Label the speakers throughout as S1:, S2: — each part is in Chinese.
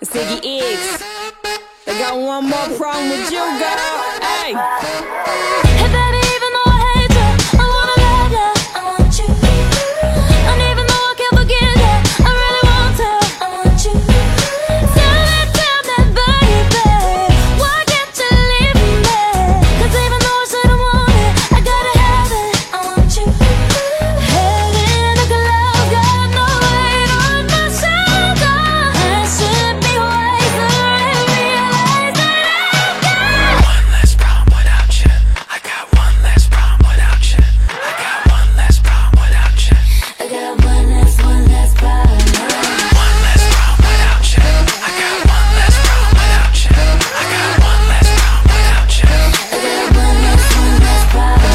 S1: Ziggy X. I got one more problem with you, girl. Hey.
S2: Hey baby, even though I hate you, I wanna love you, I want you. And even though I can't forgive you, I really want to, I want you. Tell me, tell me, baby, why can't you leave me? 'Cause even though I said I want it, I gotta have it, I want you. Head in the clouds, got no weight on my shoulders. I should be wiser and realize that I got.
S3: One less problem without you. I got one less problem without you. I got one less
S2: I got one last, one
S3: problem without you.
S2: last problem.
S3: One less problem without you. I got one less problem without you. I got one less problem without you.
S2: I got one last, one last problem.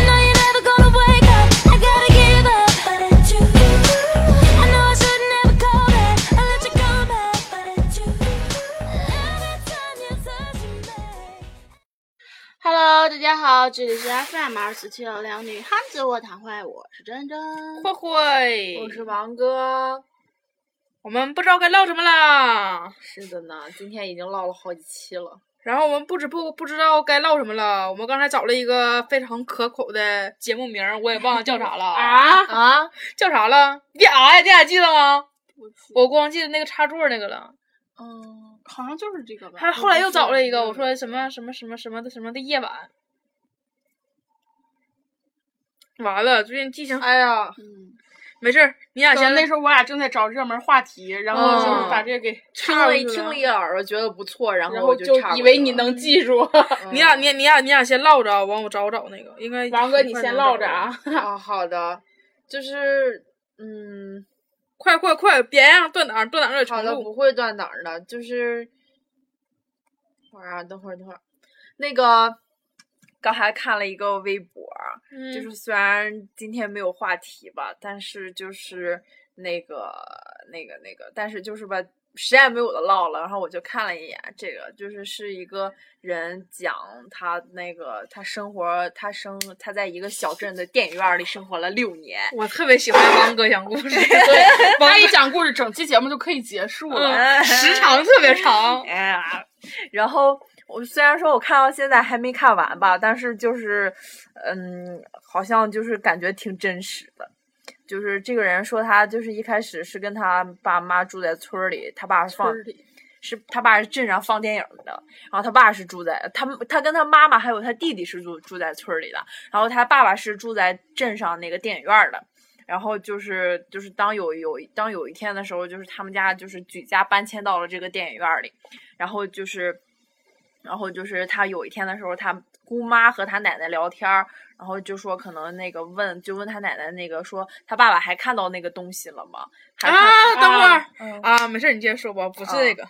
S2: I know you're never gonna wake up. I gotta give up, but it's you. I know I shouldn't ever call back. I let you go back, but it's you. Every time you touch me.
S4: Hello，大家好，这里是 FM 二四七六两女汉子卧谈会，我是珍珍，
S5: 慧慧，
S6: 我是王哥。
S5: 我们不知道该唠什么啦。
S6: 是的呢，今天已经唠了好几期了。
S5: 然后我们不止不不知道该唠什么了，我们刚才找了一个非常可口的节目名儿，我也忘了叫啥了啊
S6: 啊，
S5: 叫啥了？你俩呀？你俩记得吗？我光记得那个插座那个了，
S4: 嗯，好像就是这个吧。
S5: 还后来又找了一个，我
S4: 嗯
S5: 说什么什么什么什么的什么的夜晚。完了，最近记性
S6: 哎呀，
S4: 嗯，
S5: 没事儿，你俩
S4: 而且
S5: 先
S4: 那时候我俩正在找热门话题，然后就是把这给，
S6: 嗯听了
S5: 去了
S6: 听了一耳朵，觉得不错，然
S4: 然
S6: 我
S4: 后就
S6: 插过
S4: 以
S6: 去
S4: 为你
S6: 了。
S4: 能记住。
S5: 嗯你俩你你俩你俩先唠着啊，完我找找那个，应该
S4: 王哥，
S5: 很
S4: 你
S5: 快
S4: 先
S5: 能
S4: 唠
S5: 找
S4: 着
S5: 着
S4: 啊。
S6: 啊，好的，就是嗯，
S5: 快快快，别让断档儿，断档儿有
S6: 好
S5: 长
S6: 的，
S5: 度。
S6: 不会断档儿的，就是。等会儿啊，等会儿，等会儿，那个。刚才看了一个微博，
S5: 嗯
S6: 就是虽然今天没有话题吧，但是就是那个那个那个，但是就是吧，实在没有的唠了。然后我就看了一眼这个，就是是一个人讲他那个他生活，他生他在一个小镇的电影院里生活了六年。
S5: 我特别喜欢王哥讲故 事，
S4: 他一讲故事，整期节目就可以结束了。
S5: 嗯，时长特别长。
S6: 哎呀，然后我虽然说我看到现在还没看完吧，但是就是，嗯，好像就是感觉挺真实的。就是这个人说他就是一开始是跟他爸妈住在村儿里，他爸是放
S4: 里
S6: 是他爸是镇上放电影儿的，然后他爸是住在他他跟他妈妈还有他弟弟是住住在村儿里的，然后他爸爸是住在镇上那个电影院儿的。然后就是就是当有有当有一天的时候，就是他们家就是举家搬迁到了这个电影院儿里，然后就是，然后就是他有一天的时候，他姑妈和他奶奶聊天儿，然后就说可能那个问就问他奶奶那个说他爸爸还看到那个东西了吗？还看
S5: 啊，等会儿
S6: 嗯
S5: 啊，没事儿，你接着说吧。不是这个，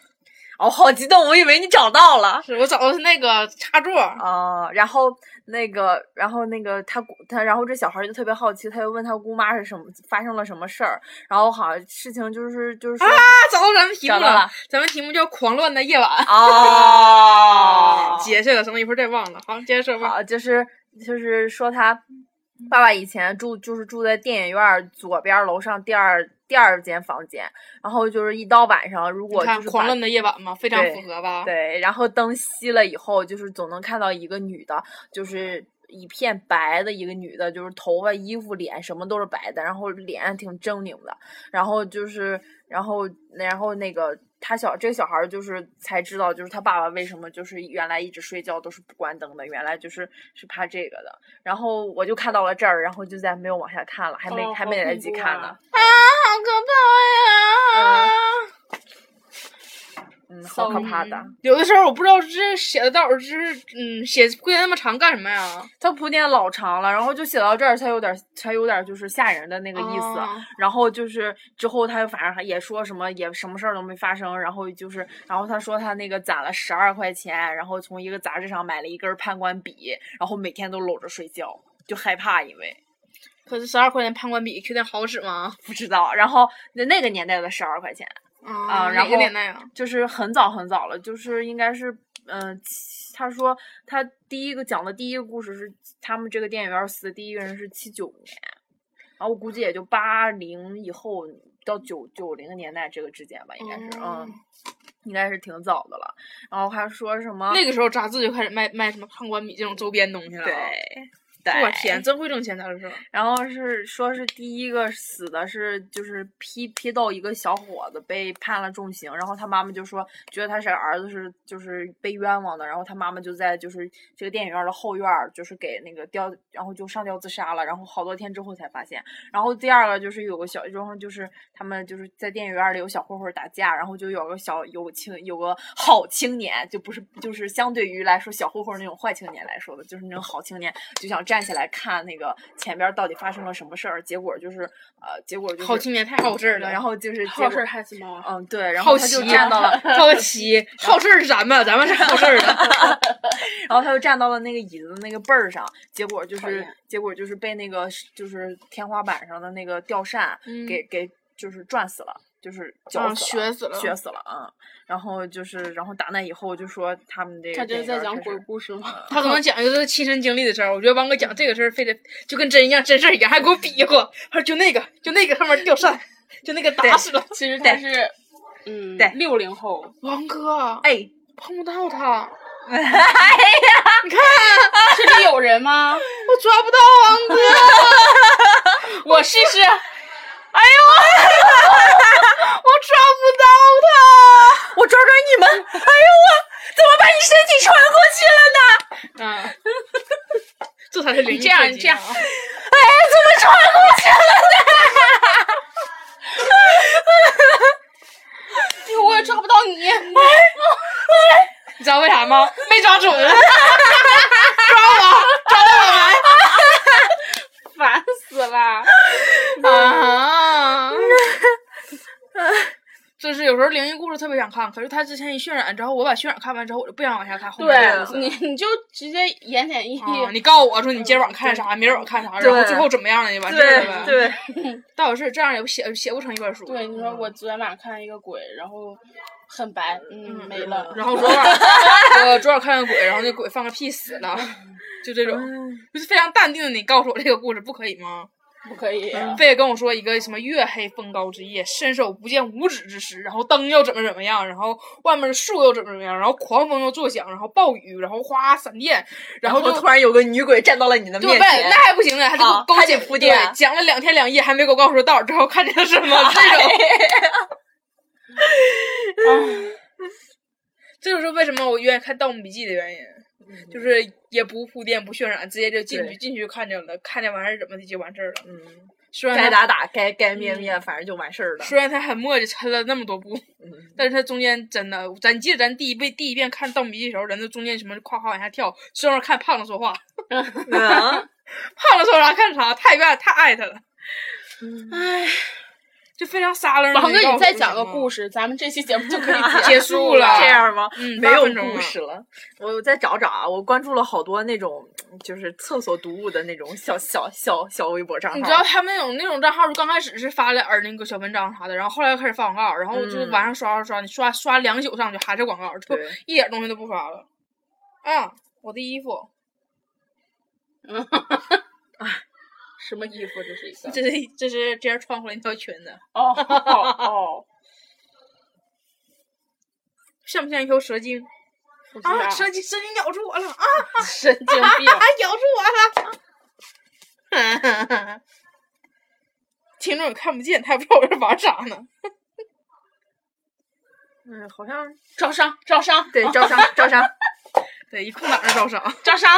S6: 哦，好激动，我以为你找到了。
S5: 是我找的是那个插座。
S6: 啊、然后那个，然后那个他姑他，然后这小孩儿就特别好奇，他就问他姑妈是什么发生了什么事儿，然后好像事情就是就是说
S5: 啊，找到咱们题目
S6: 找到了，
S5: 咱们题目叫《狂乱的夜晚
S6: 哦》，
S5: 解释了什么？一会儿再忘了。好，接着说吧。
S6: 好，就是就是说他爸爸以前住就是住在电影院儿左边儿楼上第二第二间房间，然后就是一到晚上，如
S5: 你
S6: 果
S5: 看
S6: 就
S5: 《
S6: 是
S5: 狂
S6: 把
S5: 乱的夜晚》嘛，非常
S6: 对
S5: 符合吧？
S6: 对，然后灯熄了以后，就是总能看到一个女的，就是一片白的一个女的，就是头发、衣服、脸什么都是白的，然后脸挺狰狞的，然后就是，然后，然后那个他小这个小孩儿就是才知道，就是他爸爸为什么就是原来一直睡觉都是不关灯的，原来就是是怕这个的。然后我就看到了这儿，然后就再没有往下看了，还没、
S4: 哦
S6: 还
S4: 好
S6: 没来得
S4: 恐
S6: 及
S4: 怖
S6: 看
S4: 啊
S6: 呢。
S5: 好可怕呀！
S6: 嗯，好可怕的。
S5: 有的时候我不知道这写的到底是嗯写铺垫那么长干什么呀？
S6: 它铺垫老长了，然后就写到这儿才有点儿才有点儿就是吓人的那个意思。
S5: 啊
S6: 然后就是之后他反正还也说什么也什么事儿都没发生，然后就是然后他说他那个攒了十二块钱，然后从一个杂志上买了一根判官笔，然后每天都搂着睡觉，就害怕，因为
S5: 可是十二块钱判官笔确定好使吗？
S6: 不知道。然后那那个年代的十二块钱
S5: 啊
S6: 然
S5: 哪
S6: 后
S5: 个年代啊？
S6: 就是很早很早了，就是应该是。嗯、他说他第一个讲的第一个故事是他们这个电影院死的第一个人是七九年，然后我估计也就八零以后到九九零年代这个之间吧，应该是
S5: 哦
S6: 嗯应该是挺早的了。然后还说什么
S5: 那个时候扎字就开始卖卖什么胖管米这种周边东西了。
S6: 对，。对，
S5: 我天，真会挣钱，他是说
S6: 然后是说是第一个死的是就是批批斗一个小伙子被判了重刑，然后他妈妈就说觉得他是儿子是就是被冤枉的，然后他妈妈就在就是这个电影院的后院儿就是给那个吊，然后就上吊自杀了，然后好多天之后才发现。然后第二个就是有个小，然后就是他们就是在电影院里有小混混打架，然后就有个小有青有个好青年，就不是就是相对于来说小混混那种坏青年来说的，就是那种好青年就想站起来看那个前边到底发生了什么事儿，结果就是呃，结果就是
S5: 好青年太好事儿了，
S6: 然后就是结
S5: 好
S6: 果
S5: 事儿害死猫啊。
S6: 嗯对，然后
S5: 好
S6: 他
S5: 奇啊
S6: 就站到了，
S5: 好奇，好事儿是咱们，咱们是好事儿的。
S6: 然后他就站到了那个椅子那个背儿上，结果就
S5: 讨
S6: 是
S5: 厌
S6: 结果就是被那个就是天花板上的那个吊扇
S5: 嗯
S6: 给、给就是转死了，就是绞
S5: 啊
S6: 死了，
S5: 学死了
S6: 血死了，嗯。然后就是然后打那以后就说他们这个
S7: 他这
S6: 电
S7: 是
S6: 影
S7: 在
S6: 院
S7: 讲
S6: 开
S7: 鬼
S6: 始
S7: 故事吗？
S5: 他可能讲一个亲身经历的事儿，我觉得王哥讲这个事儿非得就跟真一样，真事儿一样，还给我比划。他说就那个，就那个上面吊扇，就那个打死了
S7: 其实
S6: 对
S7: 他是，嗯
S6: 对，
S7: 六零后，哎
S5: 王哥，
S6: 哎，
S5: 碰不到他，
S7: 这里有人吗？
S5: 我抓不到王哥。
S7: 我试试。
S5: 哎呦，我抓不到
S6: 我抓抓你们，哎呦我怎么把你身体传过去了呢？
S5: 他。啊，这才是灵异
S7: 这样
S5: 特辑
S7: 这样
S5: 啊
S6: 哎，怎么传过去 了呢？
S7: 我也抓不到你，
S5: 你知道为啥吗？没抓准，抓我，抓到我们。
S7: 烦死了！
S5: 啊！就是有时候灵异故事特别想看，可是他之前一渲染之后，我把渲染看完之后，我就不想往下看后面的故事了。
S7: 你你就直接言简意
S5: 啊，
S7: 赅。
S5: 你告诉我说你今儿晚上看啥，明儿晚上看啥，
S6: 对
S5: 然后最后怎么样了，就完事儿了呗。，
S6: 对，
S5: 倒也是这样也不写写不成一本书。
S7: 对，你说我昨天晚上看一个鬼，然后很白，嗯，没了。
S5: 然后昨晚我昨晚看个鬼，然后那鬼放个屁死了，就这种，
S6: 嗯
S5: 就是非常淡定的你告诉我这个故事不可以吗？
S7: 不可以，
S5: 非得跟我说一个什么月黑风高之夜，伸手不见五指之时，然后灯又怎么怎么样，然后外面的树又怎么怎么样，然后狂风又作响，然后暴雨，然后哗闪电，然
S6: 然
S5: 后
S6: 后
S5: 就
S6: 就突然有个女鬼站到了你的
S5: 就问
S6: 面前
S5: 那，还不行哦呢，还得给我
S6: 啊
S5: 勾
S6: 还
S5: 起
S6: 得铺垫
S5: 对讲了两天两夜还没给我告诉到底之后看见了 什么这种。这就是为什么我愿意看《盗墓笔记》的原因，就是也不铺垫不渲染，直接就进去
S6: 对
S5: 进去看见了，看见完事儿怎么的就完事儿了。
S6: 嗯，
S5: 虽然它
S6: 该打打，该该灭
S5: 嗯
S6: 灭，反正就完事儿了。
S5: 虽然他很磨叽，抻了那么多步，但是他中间真的，咱记得咱第一遍第一遍看《盗墓笔记》的时候，人家中间什么夸夸往下跳，虽然看胖子说话，
S6: 嗯，
S5: 胖子说啥看啥，太怨太爱他了，唉，就非常沙楞。
S7: 嗯王哥，你再讲个故
S5: 事，
S7: 事，咱们这期节目就可以 结
S5: 结束了，
S6: 这样吗？
S5: 嗯
S6: 没
S5: 八
S6: 有
S5: 分钟
S6: 故
S5: 了
S6: 事了。我再找找啊，我关注了好多那种就是厕所读物的那种小小小小微博账号。
S5: 你知道他们有那种账号，就刚开始是发了点儿那个小文章啥的，然后后来开始发广告，然后就
S6: 嗯
S5: 晚上刷刷刷，你刷刷两宿上去还是广告，就
S6: 对
S5: 一点东西都不发了。啊，我的衣服，
S7: 什么衣服？这是一个
S5: 这是这是今儿穿回来那条裙子，
S7: 哦哦哦，
S5: 像不像一条蛇精？
S7: 我知道
S5: 啊，蛇精蛇精咬住我了啊！
S7: 神 经病
S5: 啊，咬住我 了！听众也看不见，他也不知道我在玩啥呢。
S6: 嗯，好像
S7: 招商招商啊
S6: 对招商招商，
S5: 对，一空档就招商，
S7: 招商，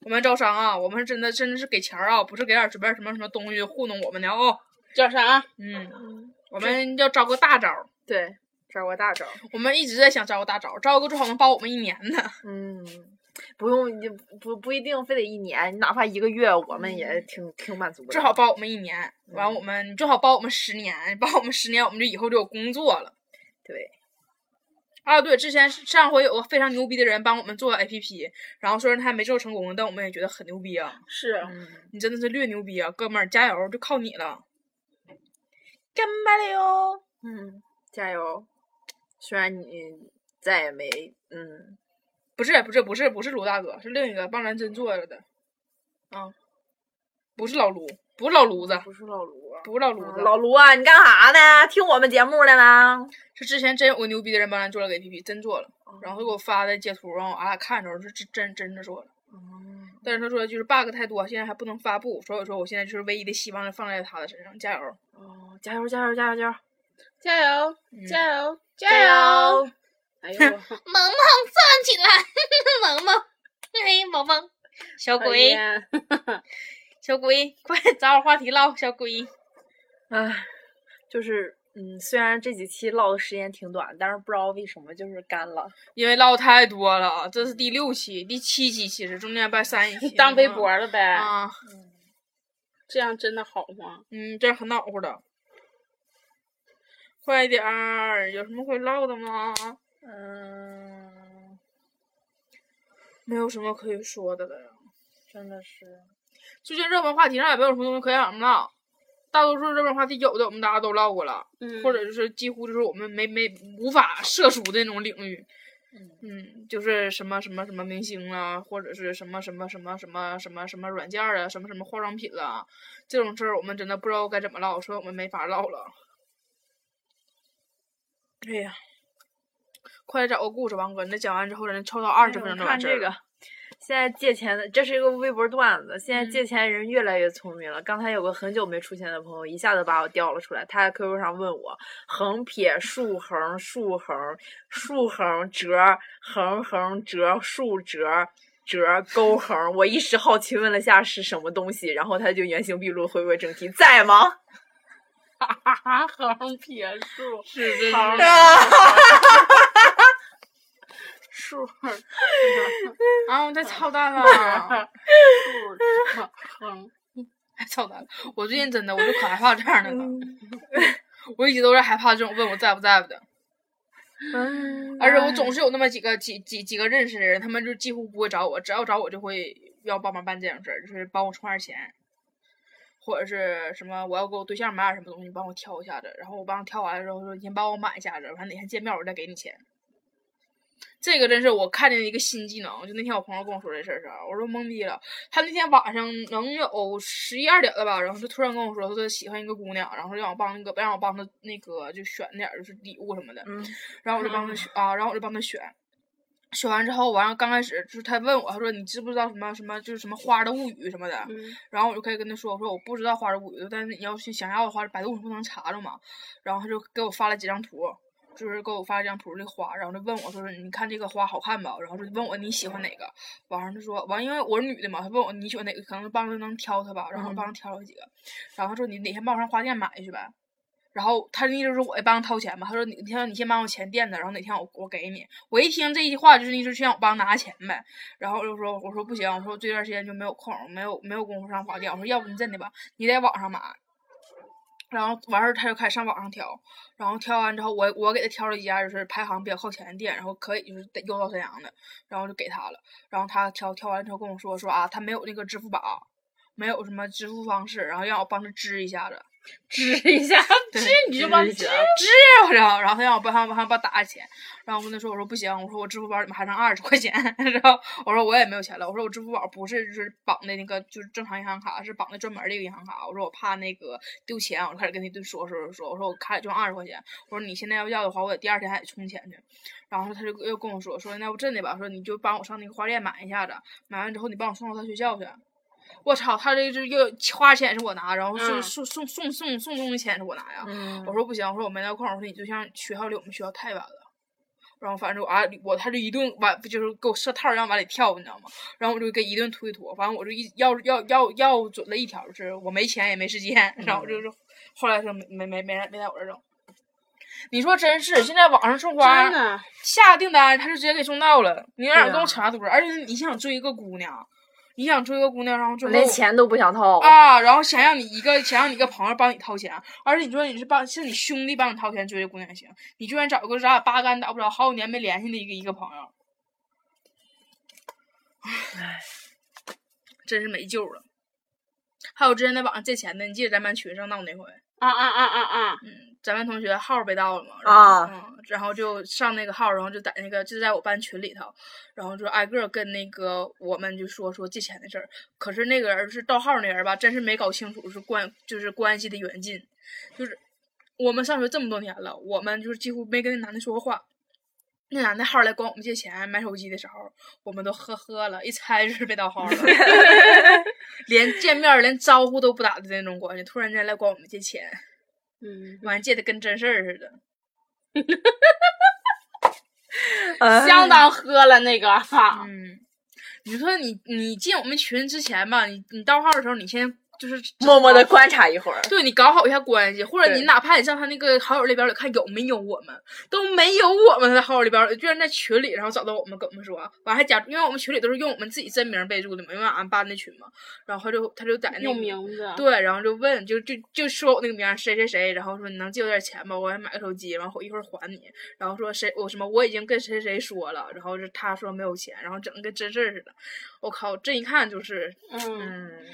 S5: 我们招商啊，我们真的真的是给钱儿啊，不是给点儿随便什么什么东西糊弄我们的哦。
S7: 招商啊！
S5: 嗯，我们要招个大招儿，
S6: 对招个大招。
S5: 我们一直在想招个大招儿，招个最好能包我们一年呢。
S6: 嗯，不用你不不一定非得一年，你哪怕一个月，我们也挺挺满足的。
S5: 嗯最好包我们一年，完我们你最好包我们十年，包我们十年，我们就以后就有工作了。
S6: 对，
S5: 啊，对，之前是上回有个非常牛逼的人帮我们做 APP，然后虽然他还没做成功，但我们也觉得很牛逼啊！
S7: 是
S6: 嗯
S5: 你真的是略牛逼啊，哥们儿，加油，就靠你了！干巴哦了哟！
S6: 嗯，加油！虽然你再也没嗯
S5: 不是不是不是不是卢大哥，是另一个帮咱真做了的，啊，不是老卢，不是老卢子，
S7: 不是老卢啊，
S5: 不是老卢子，
S6: 老卢啊，你干啥呢？听我们节目的呢？
S5: 是之前真有个牛逼的人帮咱做了个 APP，真做了，
S7: 哦
S5: 然后他给我发的截图，然后俺俩看的时候是真真真的做了。
S7: 哦
S5: 但是他说就是 bug 太多，现在还不能发布，所以说我现在就是唯一的希望是放在他的身上，加油！
S6: 哦，加油加油加油加油！
S7: 加油，加油，
S6: 加
S7: 油！
S6: 油
S7: 哎呦，
S2: 萌萌站起来， 萌萌，哎，萌萌，小
S7: 讨
S2: 鬼，
S7: 厌，
S2: 小鬼，快找点话题唠，小鬼。
S6: 唉，哎就是嗯，虽然这几期唠的时间挺短，但是不知道为什么就是干了。
S5: 因为唠太多了，啊这是第六期、第七期，其实中间被删一期
S7: 当微
S5: 嗯
S7: 博了呗，
S5: 啊，
S7: 这样真的好吗？
S5: 嗯，这样很恼火的。快点儿，有什么可以唠的吗？
S6: 嗯，
S5: 没有什么可以说的了。
S6: 真的是。
S5: 最近热门话题上也没有什么东西可想唠，大多数热门话题有的我们大家都唠过了，
S7: 嗯
S5: 或者就是几乎就是我们没没无法涉足的那种领域。嗯，就是什么什么什么明星啦、或者是什么什么什么什么什么什么软件儿啊，什么什么化妆品啦、这种事儿我们真的不知道该怎么唠，所以我们没法唠了。哎呀，快找个故事，王哥，你这讲完之后，人抽到二十分钟就
S6: 看
S5: 完事儿
S6: 这
S5: 了
S6: 个，现在借钱的，这是一个微博段子。现在
S5: 嗯
S6: 借钱人越来越聪明了。刚才有个很久没出现的朋友，一下子把我调了出来。他在 QQ 上问我横撇、竖横、竖横、竖横、折、横横、折、竖折。折勾横，我一时好奇问了下是什么东西，然后他就原形毕露，回归正题，在吗？
S7: 啊， 横撇竖
S5: 是是
S7: 好
S6: 嗯
S5: 是。
S6: 啊
S7: 竖
S5: 啊，
S6: 嗯
S5: 我太 操蛋了，
S7: 竖横，
S5: 太操蛋了！我最近真的，我就可害怕这样的了。 我一直都是害怕这种问我在不在乎的，而且我总是有那么几个几几几个认识的人，他们就几乎不会找我，只要找我就会要帮忙办这种事儿，就是帮我充点钱，或者是什么我要给我对象买点什么东西，帮我挑一下子，然后我帮他挑完了之后说你先帮我买一下子，完哪天见面我再给你钱。这个真是我看见的一个新技能，就那天我朋友跟我说这事儿时候，我说懵逼了。他那天晚上能有十一二点了吧，然后就突然跟我说，他说喜欢一个姑娘，然后让我帮那个让我帮他那个就选点儿就是礼物什么的，
S6: 嗯
S5: 然后我就帮他选啊，然后我就帮他选。选完之后，完了刚开始就是他问我，他说你知不知道什么什么就是什么花的物语什么的，
S7: 嗯
S5: 然后我就可以跟他说，我说我不知道花儿物语，但是你要去想要的话，百度上不能查着嘛。然后他就给我发了几张图，就是给我发了几张图这花，然后就问我说是你看这个花好看吧？然后就问我你喜欢哪个？完了他说完，因为我是女的嘛，他问我你喜欢哪个，可能帮他能挑他吧，然后帮他挑了几个，然后他说你哪天帮我上花店买去呗。然后他的意思就是我也帮他掏钱嘛，他说你他说你先帮我钱垫着，然后哪天我我给你。我一听这一句话，就是意思是让我帮他拿钱呗。然后我就说，我说不行，我说这段时间就没有空，没有没有功夫上花店。我说要不你真的吧，你在网上买。然后完事儿他就开始上网上挑，然后挑完之后我我给他挑了一家就是排行比较靠前的店，然后可以就是得邮到沈阳的，然后就给他了。然后他挑挑完之后跟我说说啊，他没有那个支付宝，没有什么支付方式，然后让我帮他支一下子。
S7: 支一下，
S5: 对
S7: 支你就往
S6: 支
S7: 支
S6: 一下
S5: 然后，然后他让我帮他帮他帮他打钱，然后我跟他说，我说不行，我说我支付宝里面还剩二十块钱， 然后我说我也没有钱了，我说我支付宝不是就是绑的那个就是正常银行卡，是绑的专门儿的一个银行卡，我说我怕那个丢钱，我就开始跟他对说说说说，我说我卡里就二十块钱，我说你现在要要的话，我得第二天还得充钱去，然后他就又跟我说说那不真的吧，说你就帮我上那个花店买一下子，买完之后你帮我送到他学校去。我操，他这是又花钱是我拿，然后送
S7: 嗯
S5: 送送送送送东西钱是我拿呀，
S6: 嗯
S5: 我说不行，我说我没那空儿，我说你对象学校离我们学校太远了。然后反正我啊，我他就一顿往就是给我设套儿，让往里跳，你知道吗？然后我就给一顿推脱，反正我就一要要要要准了一条，就是我没钱也没时间，
S6: 嗯
S5: 然后就是后来说没没没没没在我这儿整。你说真是，现在网上送花
S7: 真的，
S5: 下订单，他就直接给送到了，你哪
S6: 对
S5: 跟
S6: 啊
S5: 我扯啥多？而且你想追一个姑娘，你想追一个姑娘，然后最后
S6: 连钱都不想掏。
S5: 啊，然后想让你一个想让你一个朋友帮你掏钱，啊而且你说你是帮是你兄弟帮你掏钱追的姑娘也行，你居然找一个咱俩八竿打不着、好几年没联系的一个一个朋友，唉，真是没救了。还有之前在网上借钱的，你记得咱班群上闹那回，
S7: 啊啊啊啊啊！
S5: 咱班同学号儿被盗了嘛，然后
S6: 啊
S5: 嗯，然后就上那个号儿，然后就在那个就在我班群里头，然后就挨个儿跟那个我们就说说借钱的事儿。可是那个人是盗号儿那人吧，真是没搞清楚是关就是关系的远近，就是我们上学这么多年了，我们就是几乎没跟那男的说过话。那男的号儿来管我们借钱买手机的时候，我们都呵呵了，一猜就是被盗号儿了，连见面儿连招呼都不打的那种关系，突然间来管我们借钱。
S7: 嗯，
S5: 完借的跟真事儿似的。
S6: 嗯
S7: 相当喝了那个哈，
S5: 嗯，你说你你进我们群之前吧，你你盗号的时候，你先就是
S6: 默默的观察一会儿。
S5: 对你搞好一下关系，或者你
S6: 对
S5: 哪怕你上他那个好友列表里看有没有我们，都没有我们的好友列表里，居然在群里，然后找到我们跟我们说，完还假，因为我们群里都是用我们自己真名备注的嘛，因为俺班的群嘛，然后就他就在那个
S7: 用名字，
S5: 对，然后就问，就就就说我那个名儿谁谁谁，然后说你能借我点钱吗？我想买个手机，然后我一会儿还你。然后说谁我什么我已经跟谁谁说了，然后是他说没有钱，然后整得跟真事儿似的。我靠，这一看就是，
S7: 嗯。
S5: 嗯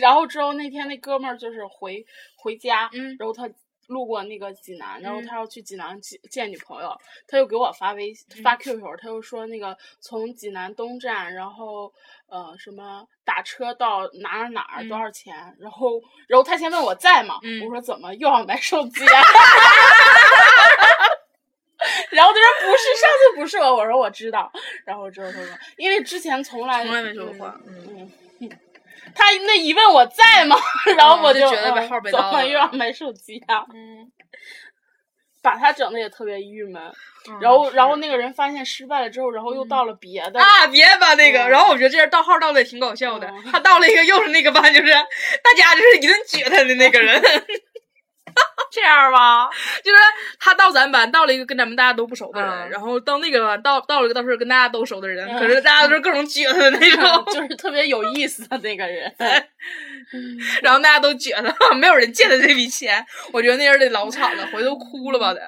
S7: 然后之后那天那哥们儿就是回回家，
S5: 嗯
S7: 然后他路过那个济南，然后
S5: 嗯
S7: 他要去济南见见女朋友，他又给我发微
S5: 嗯
S7: 发 QQ，他又说那个从济南东站，然后呃什么打车到哪儿哪儿
S5: 嗯
S7: 多少钱，然后然后他先问我在吗？
S5: 嗯
S7: 我说怎么又要买手机、 啊？ 然后他说不是，上次不是我，我说我知道。然后之后他说，因为之前从来
S5: 从来没说过话
S7: 嗯，嗯他那一问我在吗？ 然后
S5: 嗯
S7: 我
S5: 就觉得被
S7: 嗯
S5: 号被
S7: 怎
S5: 盗
S7: 么
S5: 了
S7: 又要买手机啊？
S5: 嗯，
S7: 把他整的也特别郁闷。
S5: 嗯
S7: 然后，然后那个人发现失败了之后，然后又到了别的。
S5: 啊，别吧那个，
S7: 嗯
S5: 然后我觉得这人盗号盗的也挺搞笑
S6: 哦
S5: 的，
S7: 嗯
S5: 他盗了一个又是那个班，就是 大家就是一顿撅他的那个人，
S6: 这样吗？
S5: 就是他到咱班到了一个跟咱们大家都不熟的人，
S6: 嗯
S5: 然后到那个班到到了一个倒是跟大家都熟的人，可是大家都是各种撅他的那种。
S6: 嗯
S7: 就是特别有意思的那个人，
S5: 然后大家都觉得没有人借他这 笔钱，我觉得那人得老惨了，回头哭了吧得。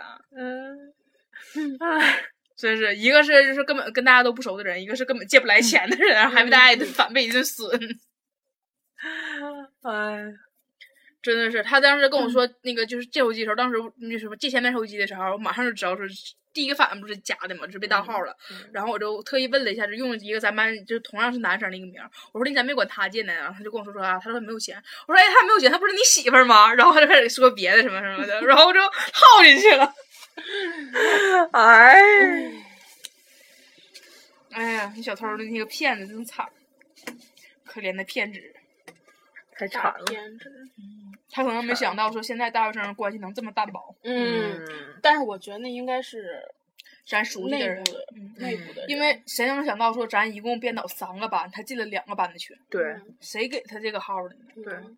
S6: 嗯，唉，
S5: 真是，一个是就是根本跟大家都不熟的人，一个是根本借不来钱的人，还
S6: 嗯
S5: 被大家一顿反被一顿损，
S6: 唉，
S5: 真的是。他当时跟我说那个就是借手机的时候，当时那什么借钱买手机的时候，我马上就知道是第一个反应不是假的嘛，就是被盗号了。然后我就特意问了一下，就用一个咱班就同样是男生的一个名儿，我说你咋没管他借呢？然后他就跟我说说啊，他说他没有钱。我说哎，他没有钱，他不是你媳妇儿吗？然后他就开始说别的什么什么的，然后我就套进去了。
S6: 唉，
S5: 哎呀，那小偷儿的那个骗子真惨，可怜的骗子，
S6: 太惨
S7: 大
S6: 了。
S7: 偏执。
S5: 他可能没想到说现在大学生关系能这么淡薄，
S7: 嗯，
S6: 嗯，
S7: 但是我觉得那应该是
S5: 咱熟悉的
S7: 内
S5: 人
S7: 部，的
S5: 嗯
S7: 内部的人，
S5: 因为谁能想到说咱一共编导三个班，他进了两个班的群，
S6: 对，
S5: 谁给他这个号的呢？
S6: 对
S7: 嗯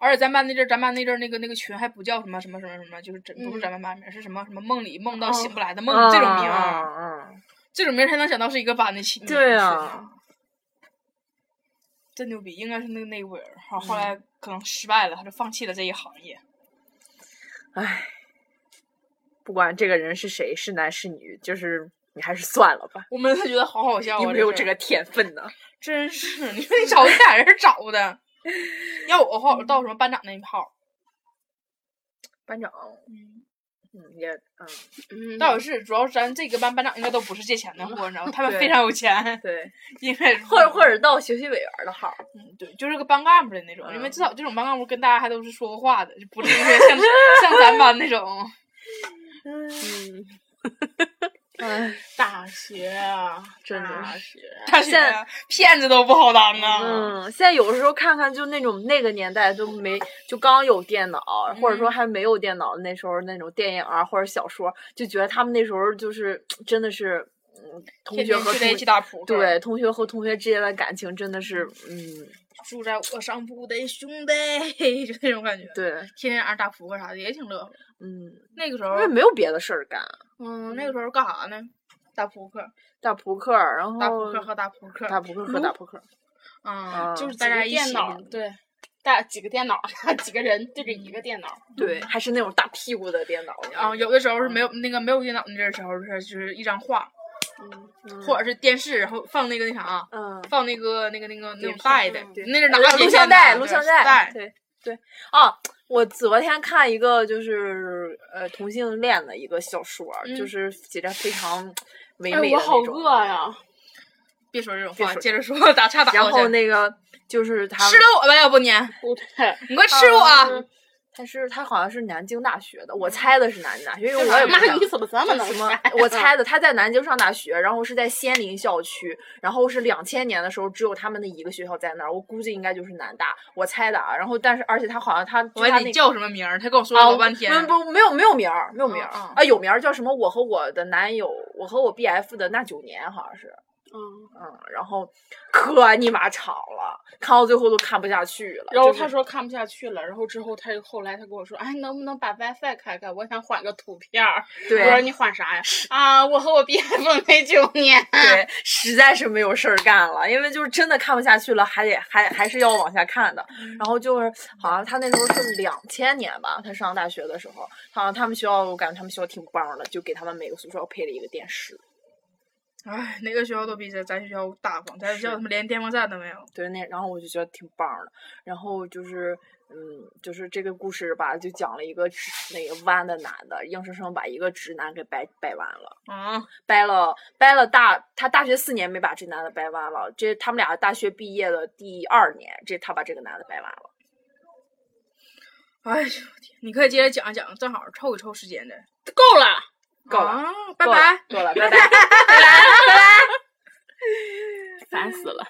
S5: 而且咱班那阵儿，咱班那阵儿那个那个群还不叫什么什么什么什么，就是真不是
S6: 嗯
S5: 咱们班名，是什么什么梦里梦到
S6: 哦
S5: 醒不来的梦、嗯这种名儿，
S6: 啊，嗯
S5: 这种名儿才能想到是一个班的起。
S6: 对
S5: 啊，
S6: 啊，
S5: 真牛逼，应该是那个内部人儿，好后
S6: 嗯
S5: 来可能失败了，他就放弃了这一行业。
S6: 唉，不管这个人是谁，是男是女，就是你还是算了吧，
S5: 我们都觉得好好笑啊！
S6: 你没有这
S5: 这事儿，
S6: 个天分 呢。
S5: 真是你说你找一俩人找的， 要我的话，我到什么班长那一号，
S6: 班长，嗯嗯也嗯
S7: 嗯
S5: 倒也是，主要是咱这个班班长应该都不是借钱的 货，你知道吗？他们
S6: 嗯对
S5: 非常有钱，
S6: 对，
S5: 应该是
S6: 或者或者到学习委员的号儿，
S5: 嗯对，就是个班干部的那种，
S6: 嗯
S5: 因为至少这种班干部跟大家还都是说过话的，就不至于说 像像咱班那种。
S7: 嗯，
S6: 唉，
S7: 大学啊，
S6: 真的
S7: 大学啊，
S5: 大学
S6: 现
S5: 骗子都不好当啊！
S6: 嗯，现在有的时候看看，就那种那个年代都没，就刚有电脑，或者说
S5: 嗯
S6: 还没有电脑的那时候那种电影啊或者小说，就觉得他们那时候就是真的是，嗯，同
S5: 天
S6: 学
S5: 天
S6: 和
S5: 聚
S6: 同
S5: 在一起打扑克，
S6: 对，同学和同学之间的感情真的是，嗯，
S5: 住在我上铺的兄弟，就那种感觉。，
S6: 对，
S5: 天天晚上打扑克啥的也挺乐呵。
S6: 嗯，
S5: 那个时
S6: 因
S5: 候
S6: 为没有别的事儿干，
S5: 嗯，那个时候干啥呢？打扑克，
S6: 打扑克儿，然后
S5: 打扑克和打扑克，
S6: 打扑克和打扑克儿，
S5: 啊，
S6: 啊
S5: 就是
S7: 几
S5: 大家
S7: 个
S5: 一
S7: 电
S5: 起嗯
S7: 脑，对，大几个电脑， 几个人对着一个电脑，
S6: 对，还是那种大屁股的电脑，
S5: 啊，有的时候是没
S6: 嗯
S5: 有那个没有电脑那时候是就是一张画，或者是电视，然后放那个那啥，啊
S6: 嗯，
S5: 放那个那个那个那种
S6: 碟片
S5: 带的
S6: 对，
S5: 那是哪
S6: 啊
S5: 个
S6: 录
S5: 碟
S6: 像
S5: 片
S6: 带，
S5: 呢
S6: 录
S5: 对
S6: 像带，对对，哦，我昨天看一个就是呃同性恋的一个小说儿，
S5: 嗯
S6: 就是写着非常唯
S7: 哎，
S6: 美的
S7: 我好
S6: 那种。
S7: 饿呀！
S5: 别说这种
S6: 别
S5: 话，
S6: 说
S5: 接着说，打岔打
S6: 然
S5: 过
S6: 后
S5: 去
S6: 那个就是他
S5: 吃了我吧，要不你，
S7: 不对，
S5: 你快吃我！
S6: 啊他是他好像是南京大学的，我猜的是南京大学，因为我也不知
S7: 妈，
S6: 道
S7: 你。怎么这么能
S6: 什 么
S7: 猜？
S6: 哎我猜的，他在南京上大学，然后是在仙林校区，然后是两千年的时候只有他们的一个学校在那儿，我估计应该就是南大，我猜的啊。然后但是而且他好像他
S5: 我
S6: 就他
S5: 问
S6: 那
S5: 你
S6: 个
S5: 叫什么名儿，他跟我说了
S6: 啊，
S5: 老半天。
S6: 不不没有没有名儿，没有名儿、
S5: 嗯嗯
S6: 啊，有名儿叫什么？我和我的男友，我和我 BF 的那九年好像是，
S7: 嗯，
S6: 嗯，然后可尼玛吵了，看到最后都看不下去了。
S7: 然后
S6: 就
S7: 他
S6: 是
S7: 说看不下去了，然后之后他后来他跟我说，哎，能不能把 WiFi 开开？我想换个图片儿。我说
S6: 对
S7: 你换啥呀？啊，我和我 BF 没九年。
S6: 对，实在是没有事儿干了，因为就是真的看不下去了，还得还还是要往下看的。然后就是好像他那时候是两千年吧，他上大学的时候，好像他们学校我感觉他们学校挺棒的，就给他们每个宿舍配了一个电视。
S5: 哎，哪个学校都比咱咱学校大方，咱学校
S6: 是
S5: 他妈连电风扇都没有。
S6: 对，那然后我就觉得挺棒儿的。然后就是，嗯，就是这个故事吧，就讲了一个直那个弯的男的，硬生生把一个直男给掰掰弯了，
S5: 啊，
S6: 掰了掰了大，他大学四年没把这男的掰弯了，这他们俩大学毕业的第二年，这他把这个男的掰弯了。
S5: 哎呦我天，你可以接着讲一讲，正好凑一凑时间的。
S7: 够了，
S6: 够了
S5: 啊，拜
S6: 够了
S5: 拜。
S6: 够了，拜拜。
S7: 烦死了。